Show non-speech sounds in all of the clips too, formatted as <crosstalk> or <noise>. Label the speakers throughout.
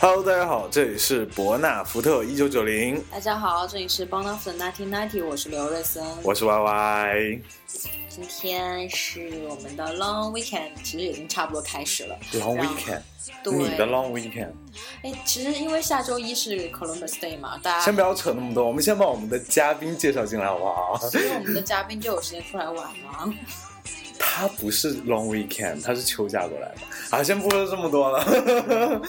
Speaker 1: Hello，大家好，这里是伯纳福特一九九零，
Speaker 2: 大家好，这里是 b o n a f e Ninety Ninety，我是刘瑞森。
Speaker 1: 我是 Y Y。
Speaker 2: 今天是我们的 Long Weekend，其实已经差不多开始了。
Speaker 1: Long
Speaker 2: 然后
Speaker 1: weekend，
Speaker 2: 对，
Speaker 1: 你的 Long weekend，
Speaker 2: 哎，其实因为下周一是 Columbus Day 嘛，大家
Speaker 1: 先不要扯那么多，我们先把我们的嘉宾介绍进来好不好？
Speaker 2: 所以我们的嘉宾就有时间出来玩啊嘛。
Speaker 1: 他不是 long weekend，他是休假过来的。啊，先不说这么多了， <laughs>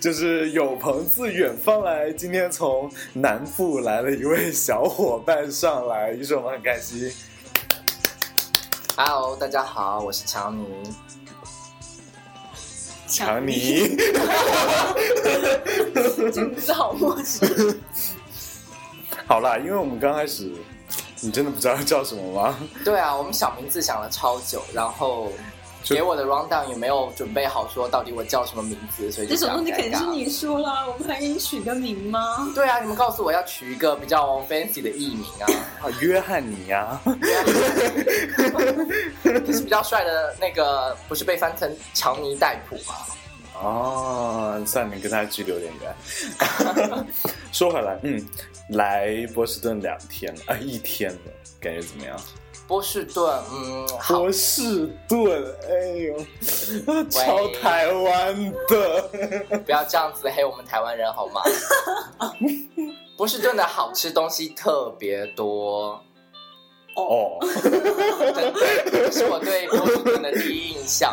Speaker 1: 就是有朋自远方来，今天从南部来了一位小伙伴上来，于是我们很开心。
Speaker 3: Hello，大家好，我是强尼。
Speaker 1: 强尼，
Speaker 2: 这名字好陌生。
Speaker 1: 好啦，因为我们刚开始，你真的不知道叫什么吗？
Speaker 3: 对啊，我们小名字想了超久，然后
Speaker 1: 就
Speaker 3: 给我的 rundown 也没有准备好，说到底我叫什么名字，所以就
Speaker 2: 这种东西
Speaker 3: 比较
Speaker 2: 肯定是
Speaker 3: 尴尬。
Speaker 2: 你说啦，我们还给你取个名吗？
Speaker 3: 对啊，你们告诉我要取一个比较 fancy 的艺名
Speaker 1: <laughs>
Speaker 3: 啊，
Speaker 1: 啊，约翰尼啊。
Speaker 3: 就是比较帅的那个，不是被翻成强尼戴普吗？
Speaker 1: 哦，算你跟他距离有点远。 <laughs> 说回来，嗯，来波士顿两天啊，一天的感觉怎么样？
Speaker 3: 波士顿，嗯，好
Speaker 1: 波，士顿，哎呦，啊超台湾
Speaker 3: <laughs>
Speaker 1: 的，
Speaker 3: 不要这样子黑我们台湾人好吗？波士顿的好吃东西特别多，
Speaker 1: 哦，
Speaker 3: 真的，这是我对波士顿的第一印象。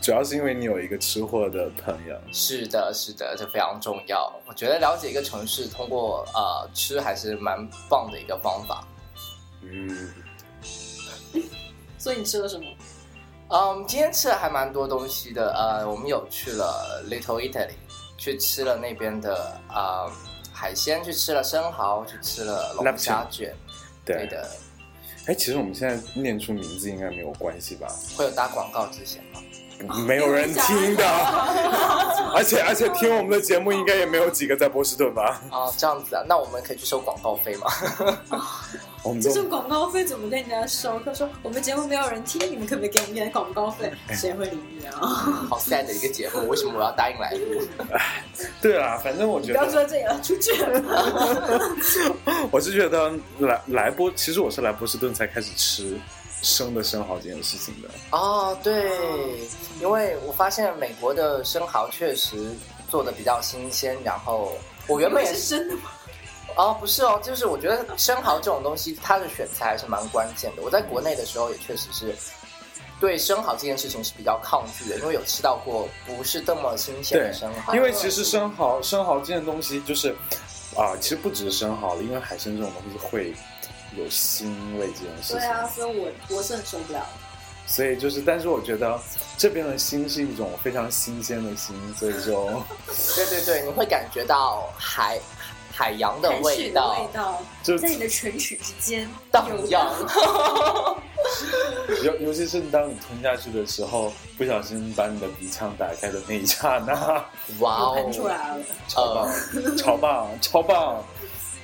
Speaker 1: 主要是因为你有一个吃货的朋友，
Speaker 3: 是的，是的，这非常重要。我觉得了解一个城市，通过呃吃还是蛮棒的一个方法。
Speaker 1: 嗯，
Speaker 2: 所以你吃了什么？
Speaker 3: 嗯，今天吃了还蛮多东西的。呃，我们有去了 Little Italy，去吃了那边的呃海鲜，去吃了生蚝，去吃了龙虾卷。对
Speaker 1: 对。
Speaker 3: 的，
Speaker 1: 哎，其实我们现在念出名字应该没有关系吧？
Speaker 3: 会有打广告之前吗？哦
Speaker 1: 没有人听
Speaker 3: <laughs>
Speaker 1: 的，而且而且听我们的节目应该也没有几个在波士顿吧？
Speaker 3: 啊、这样子啊，那我们可以去收广告费吗？ <laughs>
Speaker 1: 我们
Speaker 2: 这
Speaker 1: 都
Speaker 2: 种广告费怎么跟人家收？他说我们节目没有人听，你们可不可以给我们点广告费？谁会理你啊？
Speaker 3: 好 sad 的一个节目，为什么我要答应来录？
Speaker 1: 对啦，反正我觉
Speaker 2: 不要
Speaker 1: 得
Speaker 2: 说到这里了，出去了。
Speaker 1: 我是觉得来来波，其实我是来波士顿才开始吃生的生蚝这件事情的。
Speaker 3: 哦，对，
Speaker 2: 嗯
Speaker 3: 因为我发现美国的生蚝确实做的比较新鲜，然后我原本也
Speaker 2: 是
Speaker 3: 是
Speaker 2: 真的吗？
Speaker 3: 哦，不是哦，就是我觉得生蚝这种东西，它的选材还是蛮关键的。我在国内的时候也确实是对生蚝这件事情是比较抗拒的，因为有吃到过不是这么新鲜的
Speaker 1: 对
Speaker 3: 生蚝，
Speaker 1: 因为其实生蚝，生蚝这件东西就是啊、其实不只是生蚝了，因为海参这种东西会有腥味这件事
Speaker 2: 对
Speaker 1: 情。
Speaker 2: 啊，所以我我是很受不了。
Speaker 1: 所以就是，但是我觉得这边的腥是一种非常新鲜的腥，所以就
Speaker 3: 对对对，你会感觉到海海洋的味道，
Speaker 2: 味道
Speaker 1: 就
Speaker 2: 在你的唇齿之间
Speaker 3: 荡
Speaker 2: 有
Speaker 3: 漾。
Speaker 1: 尤尤其是当你吞下去的时候，不小心把你的鼻腔打开的那一刹那。
Speaker 2: 我
Speaker 3: 哇哦
Speaker 2: 喷，出来了。
Speaker 1: 超
Speaker 3: 呃
Speaker 1: 棒， <laughs> 超棒，超棒！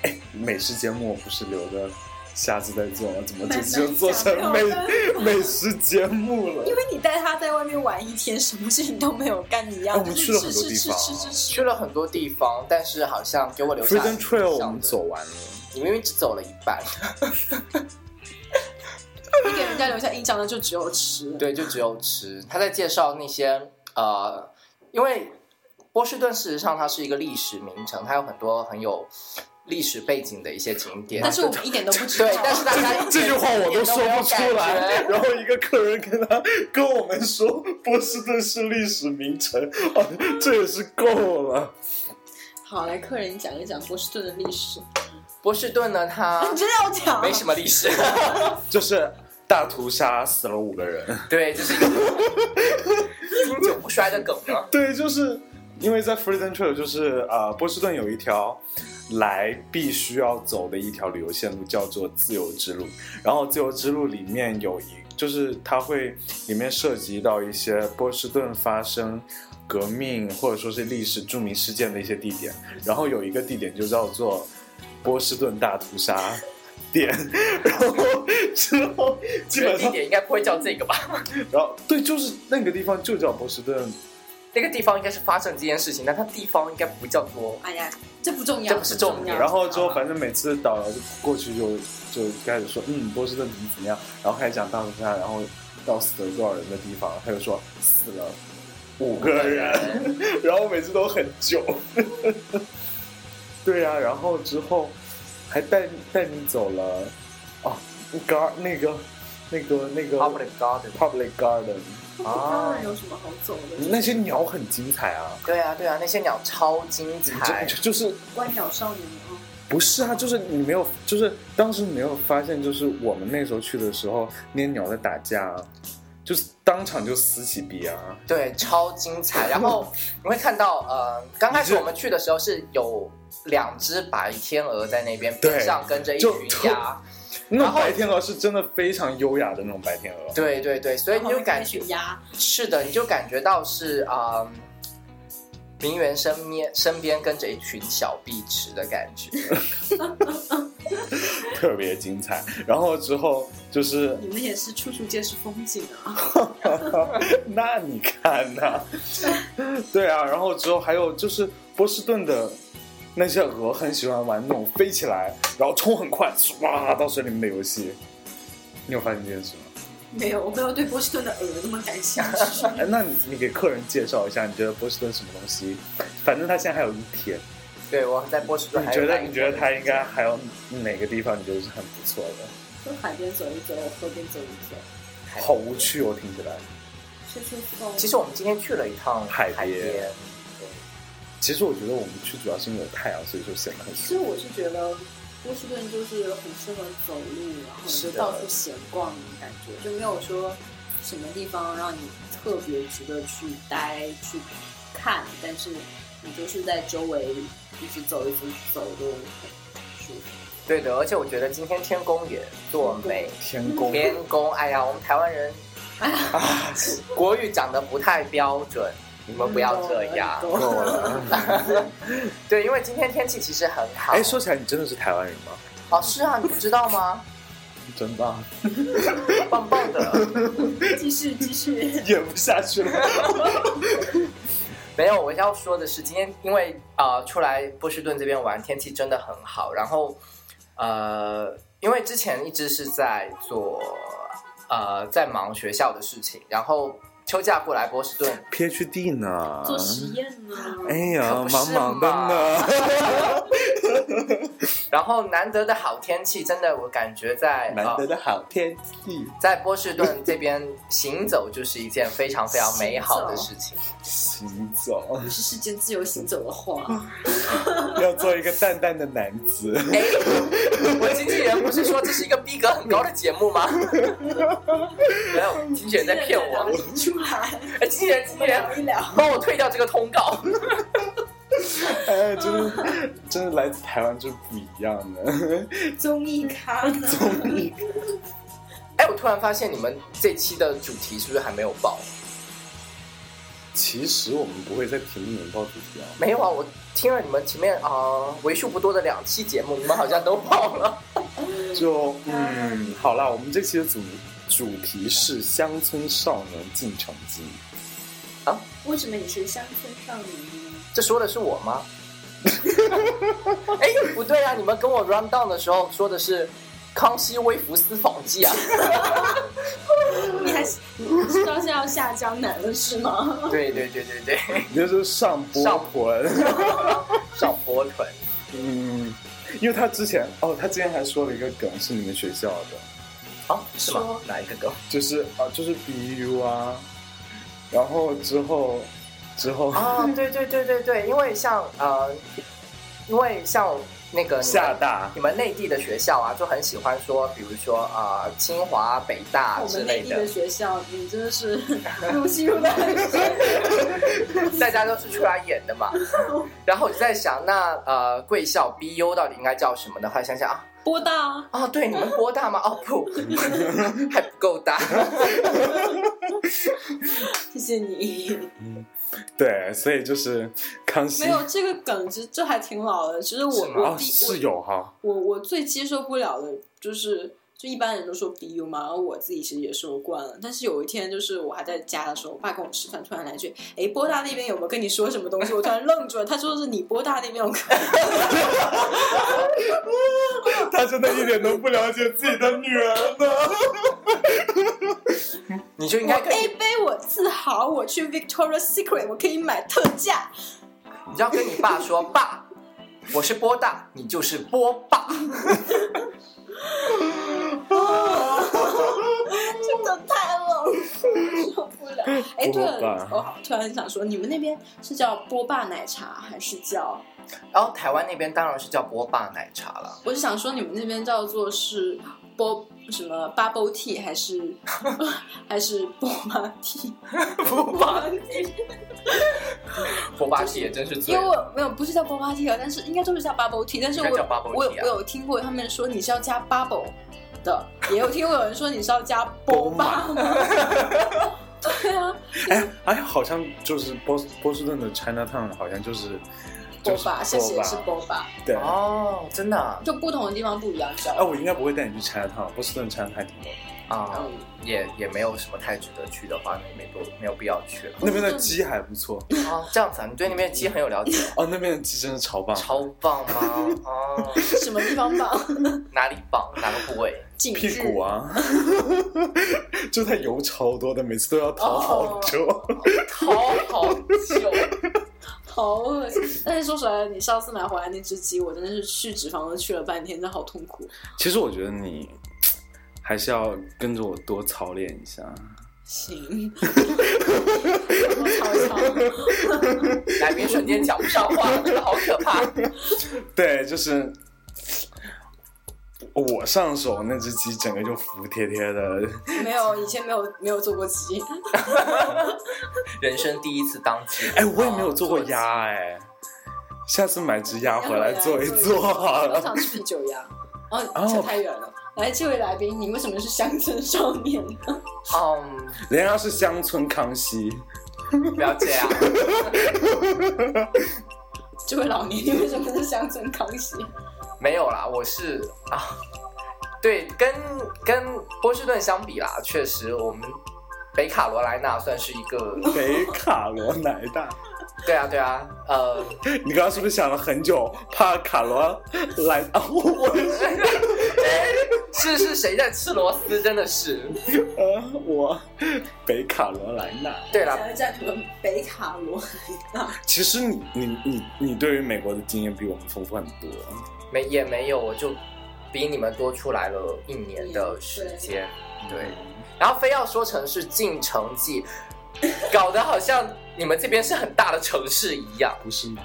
Speaker 1: 哎，美食节目我不是留着下次再做吗？怎么这次就做成美
Speaker 2: 慢慢讲
Speaker 1: 美食节目了
Speaker 2: 因？为你带他在外面玩一天，什么事情都没有干，你一样
Speaker 1: 哎我们去了很多地方
Speaker 2: 吃吃吃吃吃
Speaker 3: 去了很多地方，但是好像给我留下
Speaker 1: Freedom Trail
Speaker 3: 印
Speaker 1: 我
Speaker 3: 象
Speaker 1: 们
Speaker 3: 的
Speaker 1: 走完了，
Speaker 3: 你明明只走了一半，
Speaker 2: 吃，你给人家留下印象的就只有吃。，
Speaker 3: 对，就只有吃。他在介绍那些呃，因为波士顿事实上它是一个历史名城，它有很多很有历史背景的一些景点。
Speaker 2: 但是我们一点都不知道。
Speaker 3: 对，但是大家
Speaker 1: 这句话我
Speaker 3: 都
Speaker 1: 都说不出来。
Speaker 3: 没有感觉。
Speaker 1: 然后一个客人跟他跟我们说，波士顿是历史名城，哦，这也是够了。
Speaker 2: <laughs> 好，来客人讲一讲波士顿的历史。
Speaker 3: 波士顿呢，它
Speaker 1: <laughs>
Speaker 2: 你真的要讲？
Speaker 3: 嗯没什么历史，
Speaker 1: 就是大屠杀死了五个人。
Speaker 3: 对，这是一个经久不衰的梗啊呢。
Speaker 1: 对，就是因为在 Freedom Trail，就是呃，波士顿有一条来必须要走的一条旅游线路，叫做自由之路。然后自由之路里面有一，就是它会里面涉及到一些波士顿发生革命或者说是历史著名事件的一些地点。然后有一个地点就叫做波士顿大屠杀点，然后之后 <laughs> 基
Speaker 3: 这个
Speaker 1: 本
Speaker 3: 地
Speaker 1: 上
Speaker 3: 点应该不会叫这个吧？
Speaker 1: 然后对，就是那个地方就叫波士顿
Speaker 3: 那个地方应该是发生这件事情，但它地方应该不叫做
Speaker 2: 哎呀，这不重要，
Speaker 3: 这不是重点
Speaker 1: 然后之后，反正每次导游就过去就就开始说，嗯，波士顿怎么怎么样，然后开始讲大屠杀，然后到死了多少人的地方，他就说死了五个人， <laughs> 然后每次都很久。 <laughs> 对呀、然后之后还带带你走了，哦，gar 那个那个那个
Speaker 3: Public Garden。
Speaker 1: public garden，
Speaker 3: 啊
Speaker 2: 当然有什么好走的？
Speaker 1: 那些鸟很精彩啊，
Speaker 3: 对啊，对啊，那些鸟超精彩
Speaker 1: 就，就是
Speaker 2: 观鸟少年啊，
Speaker 1: 不是啊，就是你没有，就是当时没有发现，就是我们那时候去的时候，那些鸟在打架啊，就是当场就撕起鼻啊，
Speaker 3: 对，超精彩。然
Speaker 1: <laughs>
Speaker 3: 后你会看到，呃，刚开始我们去的时候是有两只白天鹅在那边，
Speaker 1: 对
Speaker 3: 边上跟着一
Speaker 1: 就
Speaker 3: 群鸭。
Speaker 1: 那
Speaker 3: 然
Speaker 1: 种
Speaker 3: 后
Speaker 1: 白天鹅是真的非常优雅的那种白天鹅， <laughs>
Speaker 3: 对对对，所以你就感觉
Speaker 2: 然后那群鸭，
Speaker 3: 是的，你就感觉到是啊、呃名媛身边身边跟着一群小碧池的感觉。
Speaker 1: <laughs> 特别精彩。然后之后就是， <laughs>
Speaker 2: 你们也是处处皆是风景啊。
Speaker 1: 那你看呐、对啊，然后之后还有就是波士顿的。那些鹅很喜欢玩那种飞起来，然后冲很快，唰到水里面的游戏。你有发现这件事吗？
Speaker 2: 没有，我没有对波士顿的鹅那么感兴趣。
Speaker 1: 哎，那你你给客人介绍一下，你觉得波士顿什么东西？反正他现在还有一天，
Speaker 3: 对，我在波士顿
Speaker 1: 你
Speaker 3: 还有
Speaker 1: 觉得
Speaker 3: 哪一
Speaker 1: 你觉得
Speaker 3: 个
Speaker 1: 他应该还有哪个地方你觉得是很不错的？
Speaker 2: <laughs> 就海边走一走，河边走一走，
Speaker 1: 好无趣哦，听起来。
Speaker 2: 吹吹风。
Speaker 3: 其实我们今天去了一趟
Speaker 1: 海
Speaker 3: 海
Speaker 1: 边
Speaker 3: 边
Speaker 1: 其实我觉得我们去主要是因为有太阳，所以就显得
Speaker 3: <laughs>
Speaker 1: 很
Speaker 2: 其实我是觉得波士顿就是很适合走路，然后
Speaker 3: 是
Speaker 2: 就
Speaker 3: 的
Speaker 2: 到处闲逛的感觉，就没有说什么地方让你特别值得去待去看，但是你就是在周围一直走一直走都很舒服。
Speaker 3: 对的，而且我觉得今天天宫也做美。
Speaker 1: 天宫。
Speaker 3: 天宫，哎呀，我们台湾人
Speaker 1: <laughs>
Speaker 3: 啊，国语讲的不太标准，你们不要这样。
Speaker 2: 嗯
Speaker 1: 够
Speaker 3: <laughs>
Speaker 1: 了。
Speaker 3: 对，因为今天天气其实很好。
Speaker 1: 哎，说起来，你真的是台湾人吗？
Speaker 3: 哦，是啊，你不知
Speaker 1: <laughs>
Speaker 3: 道吗？
Speaker 1: 真棒，
Speaker 3: 棒棒的。
Speaker 2: <laughs> 继续继
Speaker 3: <laughs>
Speaker 2: 续，
Speaker 1: 演不下去了。
Speaker 3: 没有，我要说的是，今天因为啊、呃出来波士顿这边玩，天气真的很好。然后呃，因为之前一直是在做呃在忙学校的事情，然后休假过来波士顿，
Speaker 1: PhD
Speaker 3: 啊
Speaker 1: 呢？
Speaker 2: 做实验呢、
Speaker 1: 哎呀，
Speaker 3: 可不是
Speaker 1: 忙忙的呢。 <laughs>
Speaker 3: 然后难得的好天气，真的我感觉在
Speaker 1: 难
Speaker 3: 呃
Speaker 1: 得的好天气，
Speaker 3: 在波士顿这边行走就是一件非常非常美好的事情。
Speaker 1: 行走 <laughs>
Speaker 2: 你是世间自由行走的花，
Speaker 1: 要做一个淡淡的男子。
Speaker 3: 哎， <laughs> 我经纪人不是说这是一个逼格很高的节目吗？ <laughs> 没有，经纪人在
Speaker 2: <laughs>
Speaker 3: 骗 <laughs> 我。
Speaker 2: 出来，
Speaker 3: 哎，经纪人，经纪人，
Speaker 2: 聊一聊。
Speaker 3: 帮我退掉这个通告。
Speaker 1: 哎，真的，真的来自台湾就是不一样的。
Speaker 2: 综艺咖呢？综艺
Speaker 3: 哎，我突然发现你们这期的主题是不是还没有报？
Speaker 1: 其实我们不会在题目里面报主题啊，
Speaker 3: 没有啊，我听了你们前面啊、呃为数不多的两期节目，你们好像都报了。
Speaker 1: 就嗯，好啦，我们这期的主主题是乡村少年进城记，
Speaker 2: 为什么你是乡村少年呢？
Speaker 3: 这说的是我吗？哎，不对啊！你们跟我 run down 的时候说的是《康熙微服私访记》啊。
Speaker 2: 你还是你知道是要下江南了是
Speaker 3: <laughs>
Speaker 2: 吗？
Speaker 3: 对对对对对，
Speaker 1: 你就是上波
Speaker 3: 上
Speaker 1: 屯，
Speaker 3: 上坡臀。
Speaker 1: 嗯，因为他之前哦，他之前还说了一个梗是你们学校的，
Speaker 3: 哦，是吗
Speaker 2: 说？
Speaker 3: 哪一个梗？
Speaker 1: 就是啊，就是 BU 啊，然后之后之后、
Speaker 3: <laughs>
Speaker 2: 哦
Speaker 3: 啊，对对对对对，因为像呃，因为像那个你们
Speaker 1: 厦大
Speaker 3: 你们内地的学校啊，就很喜欢说，比如说啊、呃清华、北大
Speaker 2: 我
Speaker 3: 之
Speaker 2: 们内
Speaker 3: 类
Speaker 2: 地的
Speaker 3: 的，
Speaker 2: 学校，你真的是入戏入的很
Speaker 3: <laughs>
Speaker 2: 深。
Speaker 3: 大家都是出来演
Speaker 2: <laughs>
Speaker 3: 的嘛。然后我就在想，那呃，贵校 BU 到底应该叫什么呢？后来想想啊，
Speaker 2: 波大
Speaker 3: 哦，对，你们波大吗？哦 <laughs> 不，还不够 <laughs> 大。
Speaker 2: 谢谢你。
Speaker 1: 对，所以就是康熙哦
Speaker 2: 没有这个梗，其实这还挺老的。其实我
Speaker 3: 是吗
Speaker 2: 我
Speaker 1: 啊
Speaker 2: 第
Speaker 1: 是有哈、
Speaker 2: 我我最接受不了的就是就一般人都说 BU 嘛，而我自己其实也说惯了。但是有一天，就是我还在家的时候，我爸跟我吃饭，突然来一句：“哎，波大那边有没有跟你说什么东西？”我突然愣住了，他说是你波大那边有跟。
Speaker 1: 他真的一点都不了解自己的女儿呢。
Speaker 3: 你就应
Speaker 2: 我
Speaker 3: 该跟
Speaker 2: A 杯，我自豪，我去 Victoria Secret，我可以买特价。
Speaker 3: 你要跟你爸说，爸，我是波大，你就是波霸。
Speaker 2: 真的太冷，了，受不了。哎，对
Speaker 1: 波霸
Speaker 2: 了，我好突然想说，你们那边是叫波霸奶茶还是叫？
Speaker 3: 然后台湾那边当然是叫波霸奶茶
Speaker 2: <laughs>
Speaker 3: 了，
Speaker 2: 我是想说，你们那边叫做是波什么 bubble tea 还是还是波霸 tea？
Speaker 3: 波
Speaker 2: 霸 tea，
Speaker 3: 波霸是也真是醉
Speaker 2: 因为
Speaker 3: 了。
Speaker 2: 我没有不是叫波霸 tea 啊，但是应该就是叫 bubble tea。但是我
Speaker 3: 应该叫 bubble
Speaker 2: 我有
Speaker 3: tea 啊
Speaker 2: 我有听过他们说你是要加 bubble 的，也有听过有人说你是要加波霸。 <laughs> 对啊，
Speaker 1: 哎哎，好像就是波波士顿的 China Town，好像就是
Speaker 2: 波
Speaker 1: 就是
Speaker 2: 霸，谢谢是
Speaker 1: 波
Speaker 2: 波霸，
Speaker 1: 霸对。哎，
Speaker 3: 哦，真的啊，
Speaker 2: 就不同的地方不一样叫。
Speaker 1: 我应该不会带你去 China Town，波士顿 China Town 还挺多的，
Speaker 3: 啊
Speaker 2: 嗯
Speaker 3: 也也没有什么太值得去的话，那没多没有必要
Speaker 1: <laughs>
Speaker 3: 去了。
Speaker 1: 那边的鸡还不错
Speaker 3: 哦，这样子啊，你对那边的鸡很有了解，
Speaker 1: 哦，那边的鸡真的超棒，
Speaker 3: 超棒吗？哦，
Speaker 2: 什么地方棒？
Speaker 3: 哪里棒？哪个部位？
Speaker 2: 景致
Speaker 1: 屁股啊， <laughs> 就它油超多的，每次都要逃好久。
Speaker 2: 哦
Speaker 3: 逃好久，
Speaker 2: <laughs> 好恶心。但是说实来，你上次买回来那只鸡，我真的是去脂肪都去了半天，真的好痛苦。
Speaker 1: 其实我觉得你还是要跟着我多操练一下。
Speaker 2: 行，我操一操，
Speaker 3: 来宾瞬间讲不上话了，真的好可怕。
Speaker 1: 对，就是我上手那只鸡，整个就服帖帖的。
Speaker 2: 没有，以前没有没有做过鸡，
Speaker 3: 人生第一次当鸡，
Speaker 1: 哎，我也没有做过鸭哎，下次买只鸭回来做一做好
Speaker 2: 我
Speaker 1: 了。
Speaker 2: 想吃啤酒鸭。
Speaker 1: 哦
Speaker 2: 哦，扯太远了。来，这位来宾，你为什么是乡村少年呢？
Speaker 3: 嗯，
Speaker 1: 人家是乡村康熙，
Speaker 3: 不要这样。
Speaker 2: 这位老年，你为什么是乡村康熙？
Speaker 3: 没有啦，我是啊，对，跟跟波士顿相比啦，确实我们北卡罗来纳算是一个，
Speaker 1: 北卡罗来纳。
Speaker 3: 对啊对啊，呃，
Speaker 1: 你刚刚是不是想了很久，怕卡罗来？啊、我
Speaker 3: <laughs> 是是谁在吃螺丝？真的是，
Speaker 1: 呃我北卡罗来纳。
Speaker 3: 对啦，
Speaker 2: 想要占你们北卡罗来纳。
Speaker 1: 其实你你你你对于美国的经验比我们丰富很多。
Speaker 3: 没也没有，我就比你们多出来了一年的时间，对，然后非要说成是进城记，搞得好像你们这边是很大的城市一样。
Speaker 1: 不是吗？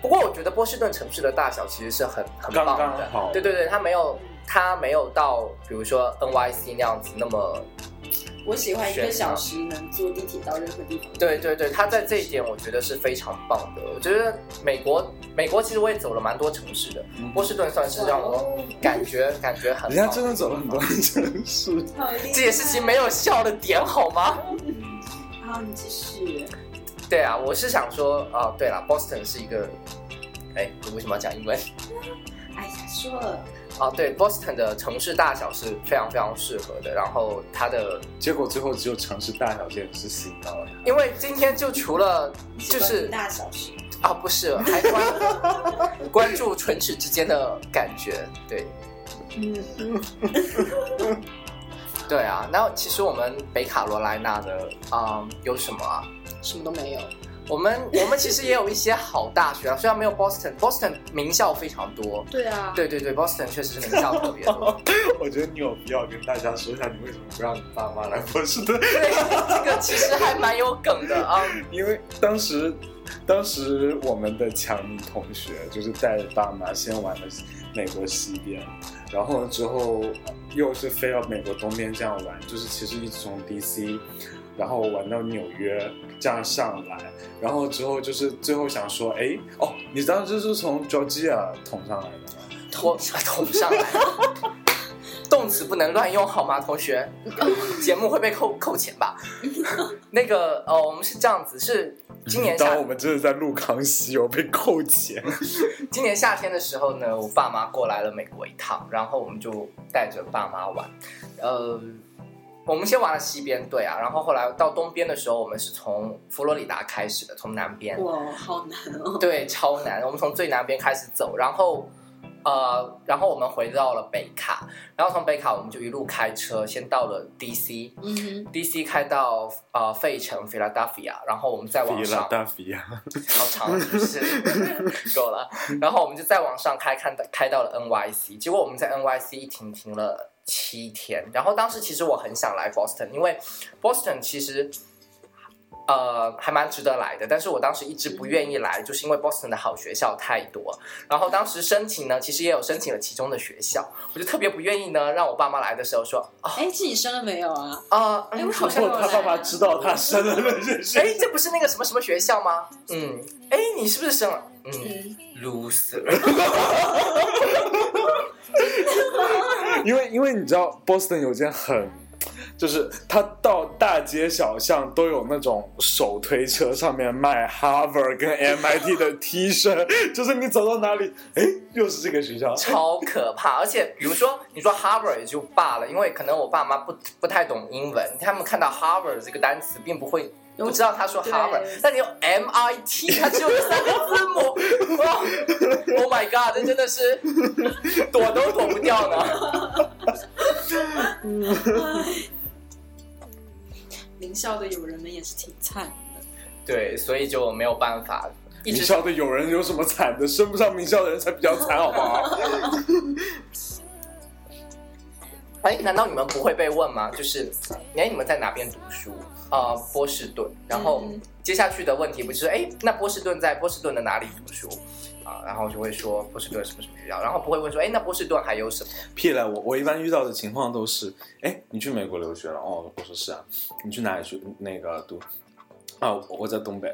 Speaker 3: 不过我觉得波士顿城市的大小其实是很很棒的，
Speaker 1: 刚刚好
Speaker 3: 对对对，它没有它没有到比如说 NYC 那样子那么，
Speaker 2: <laughs> 我喜欢一个小时能坐地铁到任何地方。
Speaker 3: 对对对，它在这一点我觉得是非常棒的。我觉得美国美国其实我也走了蛮多城市的，波士顿算是让我感觉感觉很
Speaker 1: 人家
Speaker 3: 棒。
Speaker 1: 真的走了很多城市。
Speaker 2: 好厉害
Speaker 3: 这件事情没有笑的点好吗？ <laughs>
Speaker 2: 好，你继续。
Speaker 3: 对啊，我是想说啊，对了，Boston 是一个，哎，我为什么要讲英文？ <laughs>
Speaker 2: 哎呀，说了，
Speaker 3: 啊，对，Boston 的城市大小是非常非常适合的，然后它的
Speaker 1: 结果最后只有城市大小这件事吸引到了
Speaker 3: 因为今天就除了
Speaker 2: 喜
Speaker 3: 就
Speaker 2: 欢
Speaker 3: 是
Speaker 2: 你大小时。
Speaker 3: 啊，不是，还关关 <laughs> 注唇齿之间的感觉，对
Speaker 2: 嗯，
Speaker 3: 对啊。那其实我们北卡罗来纳的啊、有什么啊？
Speaker 2: 什么都没有。
Speaker 3: 我们我们其实也有一些好大学啊，虽然没有 Boston，Boston 名校非常多。
Speaker 2: 对啊，
Speaker 3: 对对对，Boston 确实是名校特别多。
Speaker 1: 他。 <laughs> 我觉得你有必要跟大家说一下，你为什么不让你爸妈来波士顿？
Speaker 3: 对，这个其实还蛮有梗的啊。
Speaker 1: <laughs> 因为当时，当时我们的强尼同学就是带着爸妈先玩了美国西边，然后之后又是飞到美国东边这样玩，就是其实一直从 DC，然后玩到纽约这样上来，然后之后就是最后想说，哎，哦，你当时是从 Georgia 捅上来的吗？
Speaker 3: 我捅上来，动词不能乱用好吗，同学？哦节目会被扣扣钱吧？那个呃，我们是这样子，是今年夏
Speaker 1: 当我们真的在录康熙，我被扣钱。
Speaker 3: 今年夏天的时候呢，我爸妈过来了美国一趟，然后我们就带着爸妈玩，呃，我们先玩了西边，对啊，然后后来到东边的时候，我们是从佛罗里达开始的，从南边，
Speaker 2: 哇，好难哦。
Speaker 3: 对，超难，我们从最南边开始走，然后。呃，然后我们回到了北卡，然后从北卡我们就一路开车，先到了 D.C.，D.C.
Speaker 2: 嗯哼，
Speaker 3: 开到呃费城 Philadelphia，然后我们再往
Speaker 1: 比
Speaker 3: 上
Speaker 1: 拉，大比亚，
Speaker 3: 好长，是不是 <laughs> 够了。然后我们就再往上开，看到开到了 NYC，结果我们在 NYC 一停停了七天。然后当时其实我很想来 Boston，因为 Boston 其实呃还蛮值得来的，但是我当时一直不愿意来，就是因为 Boston 的好学校太多。然后当时申请呢，其实也有申请了其中的学校，我就特别不愿意呢，让我爸妈来的时候说啊
Speaker 2: 哎，自己生了没有啊？
Speaker 3: 啊，
Speaker 2: 哎
Speaker 3: 嗯
Speaker 2: 我
Speaker 3: 好像
Speaker 2: 好
Speaker 1: 或 <laughs>
Speaker 2: 像
Speaker 1: 他爸爸知道他生了那件事，
Speaker 3: 哎，这不是那个什么什么学校吗？嗯，哎，你是不是生了？嗯
Speaker 2: 嗯
Speaker 3: ，loser。哎
Speaker 1: 因为因为你知道，Boston 有件很，就是他到大街小巷都有那种手推车，上面卖 Harvard 跟 MIT 的 T 恤，就是你走到哪里，哎，又是这个学校。
Speaker 3: 超可怕。而且比如说，你说 Harvard 也就罢了，因为可能我爸妈不不太懂英文，他们看到 Harvard 这个单词并不会。不知道他说
Speaker 2: 对
Speaker 3: Harvard，但你有 MIT，它只有这三个字母哇，Oh my God，这真的是躲都躲不掉呢。
Speaker 2: 名校的友人们也是挺惨的。
Speaker 3: 对，所以就没有办法，一
Speaker 1: 名
Speaker 3: 直
Speaker 1: 校的有人有什么惨的？升不上名校的人才比较惨，好不好？
Speaker 3: 哎，难道你们不会被问吗？就是，哎，你们在哪边读书？啊、波士顿。然后
Speaker 2: 嗯
Speaker 3: 接下去的问题不就是，哎，那波士顿在波士顿的哪里读书？啊，然后就会说波士顿什么什么学校，然后不会问说，哎，那波士顿还有什么？
Speaker 1: 屁了，我我一般遇到的情况都是，哎，你去美国留学了？哦，我说是啊，你去哪里去那个读？啊，我我在东北。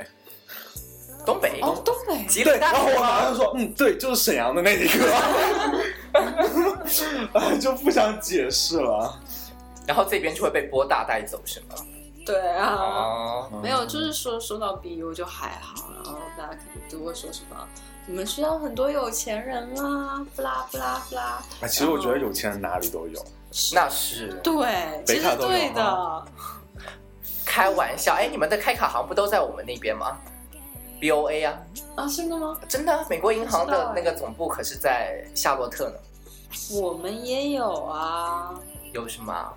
Speaker 3: 东北，
Speaker 2: 哦，东北，
Speaker 3: 吉
Speaker 1: 对，
Speaker 3: 林
Speaker 1: 然
Speaker 3: 大
Speaker 1: 后
Speaker 3: 学
Speaker 1: 我马
Speaker 3: 吗？
Speaker 1: 上说，嗯，对，就是沈阳的那一个， <laughs> 哎，就不想解释了。
Speaker 3: 然后这边就会被波大带走，是吗？
Speaker 2: 对啊，
Speaker 3: 哦，
Speaker 2: 没有，就是说说到 BU 就还好，然后大家可能就会说什么，你们学校很多有钱人啦，不啦不啦不啦。
Speaker 1: 啊，其实我觉得有钱人哪里都有，
Speaker 3: 那是
Speaker 2: 对，
Speaker 1: 北
Speaker 2: 其
Speaker 1: 卡
Speaker 2: 实
Speaker 1: 都有啊
Speaker 2: 对的，
Speaker 3: 开玩笑。哎，你们的开卡行不都在我们那边吗？BOA 啊，
Speaker 2: 啊，真的吗？
Speaker 3: 真的啊，美国银行
Speaker 2: 不知道
Speaker 3: 的
Speaker 2: 哎
Speaker 3: 那个总部可是在夏洛特呢。
Speaker 2: 我们也有啊。
Speaker 3: 有什么啊？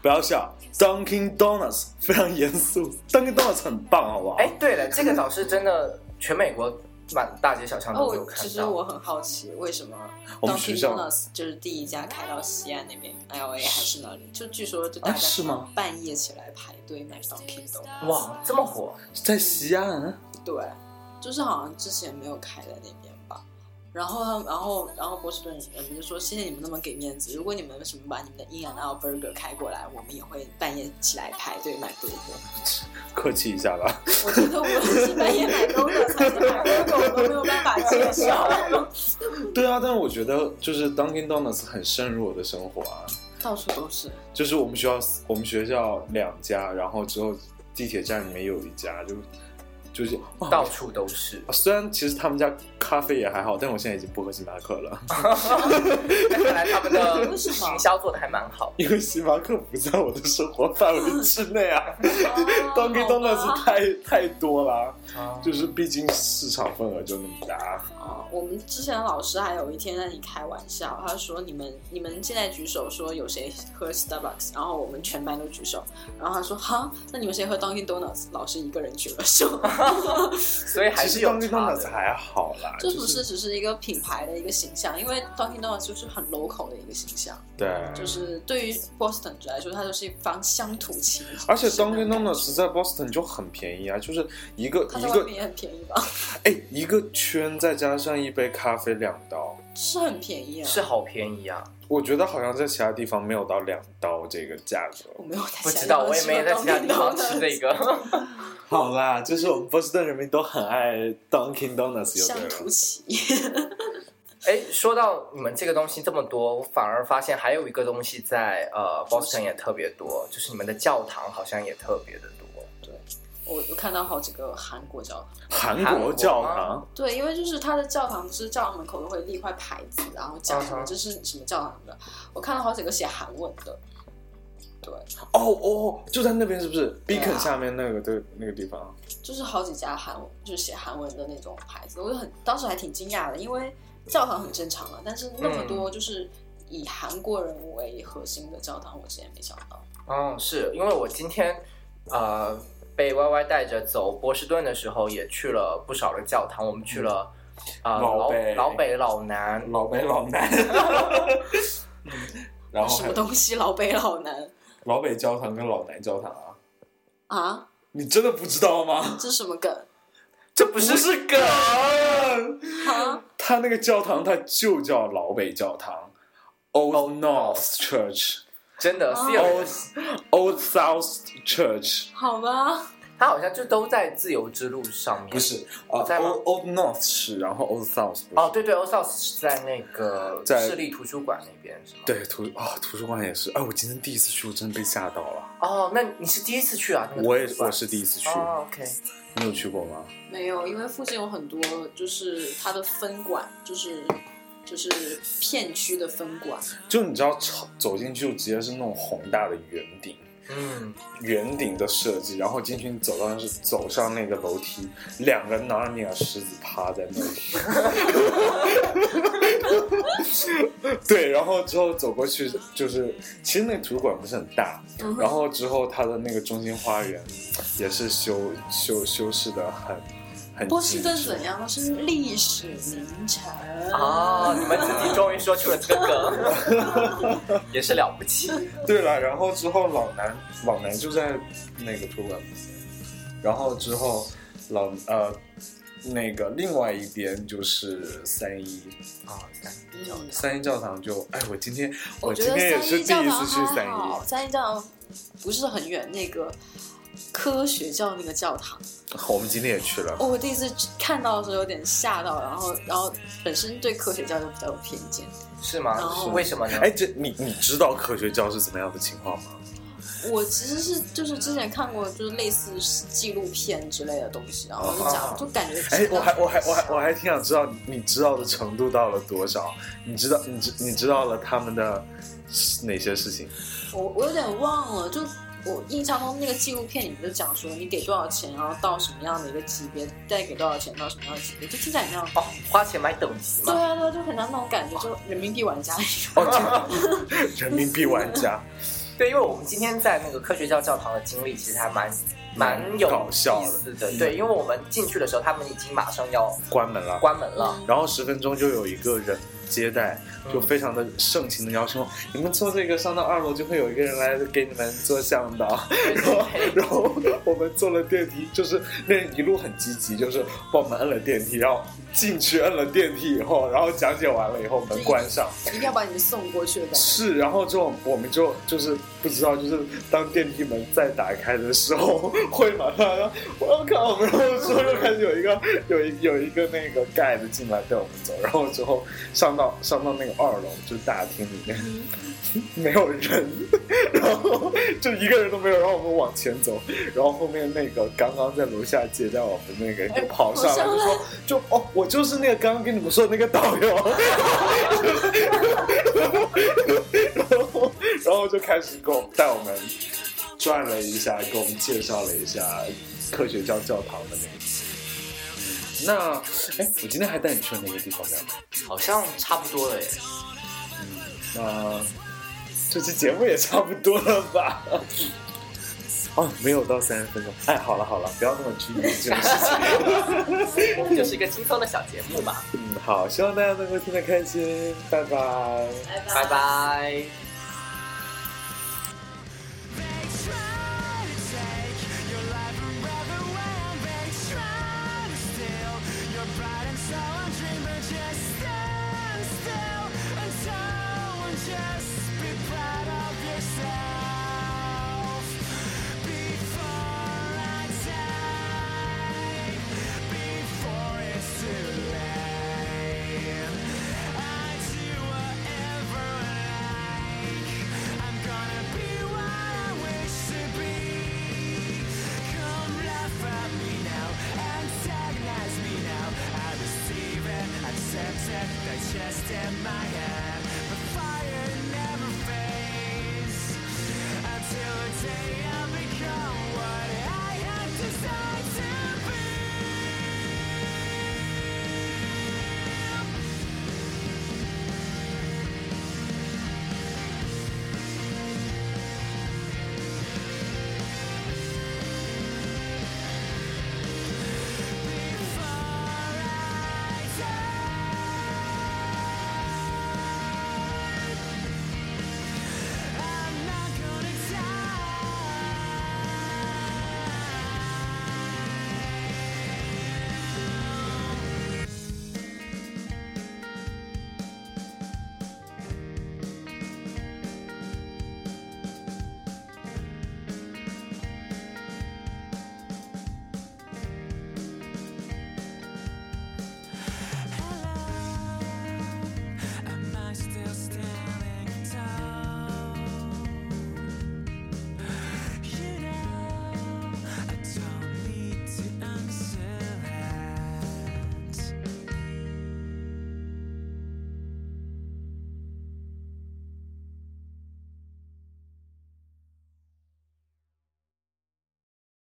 Speaker 1: 不要笑。Dunkin' Donuts 非常严肃，Dunkin' Donuts 很棒，好不好？
Speaker 3: 哎，对了，这个倒是真的，全美国满大街小巷都会有
Speaker 2: 哦，
Speaker 3: 看
Speaker 2: 其实
Speaker 3: 到。
Speaker 2: 我很好奇，为什么
Speaker 1: 我们学
Speaker 2: Dunkin'
Speaker 1: 校
Speaker 2: Donuts 就是第一家开到西安那边，L A 还是哪里？就据说就大
Speaker 1: 啊是
Speaker 2: 家
Speaker 1: 吗
Speaker 2: 半夜起来排队买 Dunkin' Donuts。
Speaker 3: 哇，这么火！
Speaker 1: 在西安，
Speaker 2: 对，就是好像之前没有开在那边吧。然后他们，然后，然后波士顿人就说：“谢谢你们那么给面子，如果你们为什么把你们的 In and Out Burger 开过来，我们也会半夜起来排队买 burger。”
Speaker 1: 客气一下吧。
Speaker 2: 我觉得我是半夜买 burger 才能买 burger，我都没有办法接受。
Speaker 1: 对啊，但是我觉得就是 Dunkin' Donuts 很深入我的生活啊，
Speaker 2: <laughs> 到处都是，
Speaker 1: 就是我们学校我们学校两家，然后之后地铁站里面有一家，就就是哇
Speaker 3: 到处都是。
Speaker 1: <laughs> 虽然其实他们家咖啡也还好，但我现在已经不喝星巴克了， <laughs>
Speaker 3: 但看来他们的
Speaker 2: <laughs> 为什么
Speaker 3: 行销做的还蛮好。
Speaker 1: 因为星巴克不在我的生活范围之内
Speaker 2: <laughs>
Speaker 1: 啊。Dunkin'
Speaker 3: <laughs>
Speaker 2: 好吧
Speaker 1: Donuts 太太多了，啊就是毕竟市场份额就那么大。
Speaker 2: 啊，我们之前老师还有一天在那里开玩笑，他说你们你们现在举手说有谁喝 Starbucks，然后我们全班都举手，然后他说哈，那你们谁喝 Dunkin' Donuts？老师一个人举 <laughs> 了手，
Speaker 3: 所以还
Speaker 1: 其
Speaker 3: 是
Speaker 1: 实
Speaker 3: 有
Speaker 1: Dunkin'
Speaker 3: 差
Speaker 1: Donuts
Speaker 3: 的。
Speaker 1: 还好啦，
Speaker 2: 这
Speaker 1: 就
Speaker 2: 不是只是一个品牌的一个形象，因为 Dunkin' Donuts 就是很 local 的一个形象，
Speaker 1: 对，
Speaker 3: 嗯
Speaker 2: 就是对于 Boston 来说，它就是一方乡土情。
Speaker 1: 而且 Dunkin'
Speaker 2: 深 <laughs> 的感觉
Speaker 1: Donuts 在 Boston 就很便宜啊，就是一个
Speaker 2: 它
Speaker 1: 一
Speaker 2: 在外
Speaker 1: 个
Speaker 2: 面也很便宜吧？
Speaker 1: 哎一个圈再加上一杯咖啡两刀，
Speaker 2: 是很便宜啊，
Speaker 3: 是好便宜啊！
Speaker 1: 我觉觉得好像在其他地方没有到两刀这个价格。
Speaker 2: 我没有在
Speaker 3: 不知道，我也没在其他地方吃这
Speaker 2: 个。
Speaker 3: 个。
Speaker 1: <laughs> 好啦，就是我们波士顿人民都很爱 Dunkin' Donuts 就对
Speaker 2: 乡
Speaker 1: 了
Speaker 2: 土。企业，
Speaker 3: <laughs> 哎，说到你们这个东西这么多，我反而发现还有一个东西在呃 Boston 也特别多，就是你们的教堂好像也特别的多。
Speaker 2: 对，我我看到好几个韩国教堂。
Speaker 1: 韩
Speaker 3: 韩
Speaker 1: 国
Speaker 3: 国
Speaker 1: 教
Speaker 3: 吗
Speaker 1: 堂，
Speaker 2: 对，因为就是他的教堂，不是教堂门口都会立一块牌子，然后讲什
Speaker 3: 嗯
Speaker 2: 么
Speaker 3: 哼
Speaker 2: 这是什么教堂的。我看到好几个写韩文的。对，
Speaker 1: 哦哦，就在那边是不是
Speaker 2: 对啊
Speaker 1: ？Beacon 下面那个对那个地方，
Speaker 2: 就是好几家韩文，就是写韩文的那种牌子，我就很当时还挺惊讶的，因为教堂很正常啊，但是那
Speaker 1: 嗯
Speaker 2: 么多就是以韩国人为核心的教堂，我之前没想到。
Speaker 3: 嗯，是因为我今天呃被 Y Y 带着走波士顿的时候，也去了不少的教堂，我们去了啊、呃
Speaker 1: 嗯老
Speaker 3: 老
Speaker 1: 北
Speaker 3: 老北老南，
Speaker 1: 老北老 <laughs> 南，嗯然后
Speaker 2: 什
Speaker 1: 还
Speaker 2: 么
Speaker 1: 有
Speaker 2: 东西老北老南
Speaker 1: 老北教堂跟老南教堂啊，
Speaker 2: 啊？
Speaker 1: 你真的不知道吗？ <laughs>
Speaker 2: 这是什么梗？
Speaker 1: 这不是梗，
Speaker 2: 啊？
Speaker 1: 他那个教堂它就叫老北教堂，Old North Church。
Speaker 3: 真的
Speaker 2: 哦
Speaker 3: serious，、
Speaker 1: Old South Church
Speaker 2: 好吧，
Speaker 3: 它好像就都在自由之路上面。
Speaker 1: 不是啊、
Speaker 3: 在
Speaker 1: o
Speaker 3: 吗
Speaker 1: l d Old North 是，然后 Old South 不是
Speaker 3: 哦，对对 o s o u t 是在那个
Speaker 1: 在
Speaker 3: 市立图书馆那边是吗？。
Speaker 1: 对图啊、图书馆也是。哎、我今天第一次去，我真的被吓到了。
Speaker 3: 哦，那你是第一次去啊？那个
Speaker 1: 我也
Speaker 3: 图书馆
Speaker 1: 我是第一次去，
Speaker 3: 哦，OK，
Speaker 1: 你有去过吗？
Speaker 2: 没有，因为附近有很多就是它的分馆，就是就是片区的分馆，
Speaker 1: 就你知道，超走进去就直接是那种宏大的圆顶，
Speaker 3: 嗯，
Speaker 1: 圆顶的设计，然后进去你走到是走上那个楼梯，两个纳尼亚狮子趴在那里。 <laughs> 对，然后之后走过去就是，其实那个图书馆不是很大，
Speaker 2: 嗯
Speaker 1: 然后之后它的那个中心花园也是修修修饰的很很
Speaker 2: 波士顿
Speaker 1: 精致
Speaker 2: 怎样？是历史名城
Speaker 1: 啊
Speaker 3: 哦，你们自己终于说出了这个梗， <laughs> 也是了不起。
Speaker 1: 对了，然后之后老南老南就在那个图书馆旁边，然后之后老呃那个另外一边就是三一
Speaker 3: 哦，
Speaker 2: 嗯
Speaker 1: 三一教堂就哎，我今天
Speaker 2: 我
Speaker 1: 今
Speaker 2: 觉得
Speaker 1: 天也
Speaker 2: 三
Speaker 1: 是
Speaker 2: 一
Speaker 1: 第
Speaker 2: 教
Speaker 1: 一
Speaker 2: 堂
Speaker 1: 次去
Speaker 2: 还
Speaker 1: 三
Speaker 2: 好，
Speaker 1: 一，
Speaker 2: 三一教堂不是很远，那个科学教那个教堂，
Speaker 1: 好，我们今天也去了。
Speaker 2: 哦我第一次看到的时候有点吓到，然后然后本身对科学教就比较有偏见，
Speaker 3: 是吗？
Speaker 2: 哦
Speaker 3: 是为什么呢？
Speaker 1: 哎，这你你知道科学教是怎么样的情况吗？
Speaker 2: 我其实是就是之前看过就是类似纪录片之类的东西，然后就讲
Speaker 3: 哦
Speaker 2: 就感觉
Speaker 1: 哎，我还我还我还我还挺想知道你你知道的程度到了多少？你知道你知你知道了他们的哪些事情？
Speaker 2: 我我有点忘了，就我印象中那个纪录片里面就讲说你给多少钱，然后到什么样的一个级别，再给多少钱到什么样的级别，就听起来很像。
Speaker 3: 哦，花钱买等级
Speaker 2: 对
Speaker 3: 嘛。
Speaker 2: 啊，对啊，就很像那种感觉，就人民币玩家那种。
Speaker 1: 哦，这 <laughs> 人民币玩家。
Speaker 3: 对，因为我们今天在那个科学教教堂的经历，其实还蛮
Speaker 1: 蛮
Speaker 3: 蛮有
Speaker 1: 搞笑的
Speaker 3: 意思的。对，因为我们进去的时候，他们已经马上要
Speaker 1: 关门了，
Speaker 3: 关门
Speaker 1: <laughs>
Speaker 3: 了。
Speaker 1: 然后十分钟就有一个人接待，就非常的盛情的邀请我，你们坐这个上到二楼就会有一个人来给你们做向导， <laughs>
Speaker 3: 对
Speaker 1: 然后
Speaker 3: 对
Speaker 1: 然后我们坐了电梯，就是那人一路很积极，就是帮我们摁了电梯，然后进去摁了电梯以后，然后讲解完了以后门关上，
Speaker 2: <laughs> 一定要把你们送过去的感觉。
Speaker 1: 是，然后之后我们就就是不知道，就是当电梯门再打开的时候， <laughs> 会马上我靠，然后之后又开始有一个 <laughs> 有一有一个那个盖子进来带我们走，然后之后上到上到那个二楼，就是大厅里面
Speaker 2: 嗯
Speaker 1: <laughs> 没有人， <laughs> 然后就一个人都没有，然后我们往前走，然后后面那个刚刚在楼下接待我们那个人就跑上来就说，就哦，我就是那个刚刚跟你们说的那个导游，然后 <laughs> 然后就开始给我们带我们转了一下，给我们介绍了一下科学教教堂的那个。那，哎，我今天还带你去了那个地方没有？
Speaker 3: 好像差不多了耶。
Speaker 1: 那这期节目也差不多了吧？ <laughs> 哦，没有到三十分钟。哎，好了好了，不要那么拘泥这种事 <laughs> 情。
Speaker 3: 我们就是一个轻松的小节目嘛。
Speaker 1: 嗯，好，希望大家能够听得开心，拜拜。
Speaker 2: 拜
Speaker 3: 拜拜。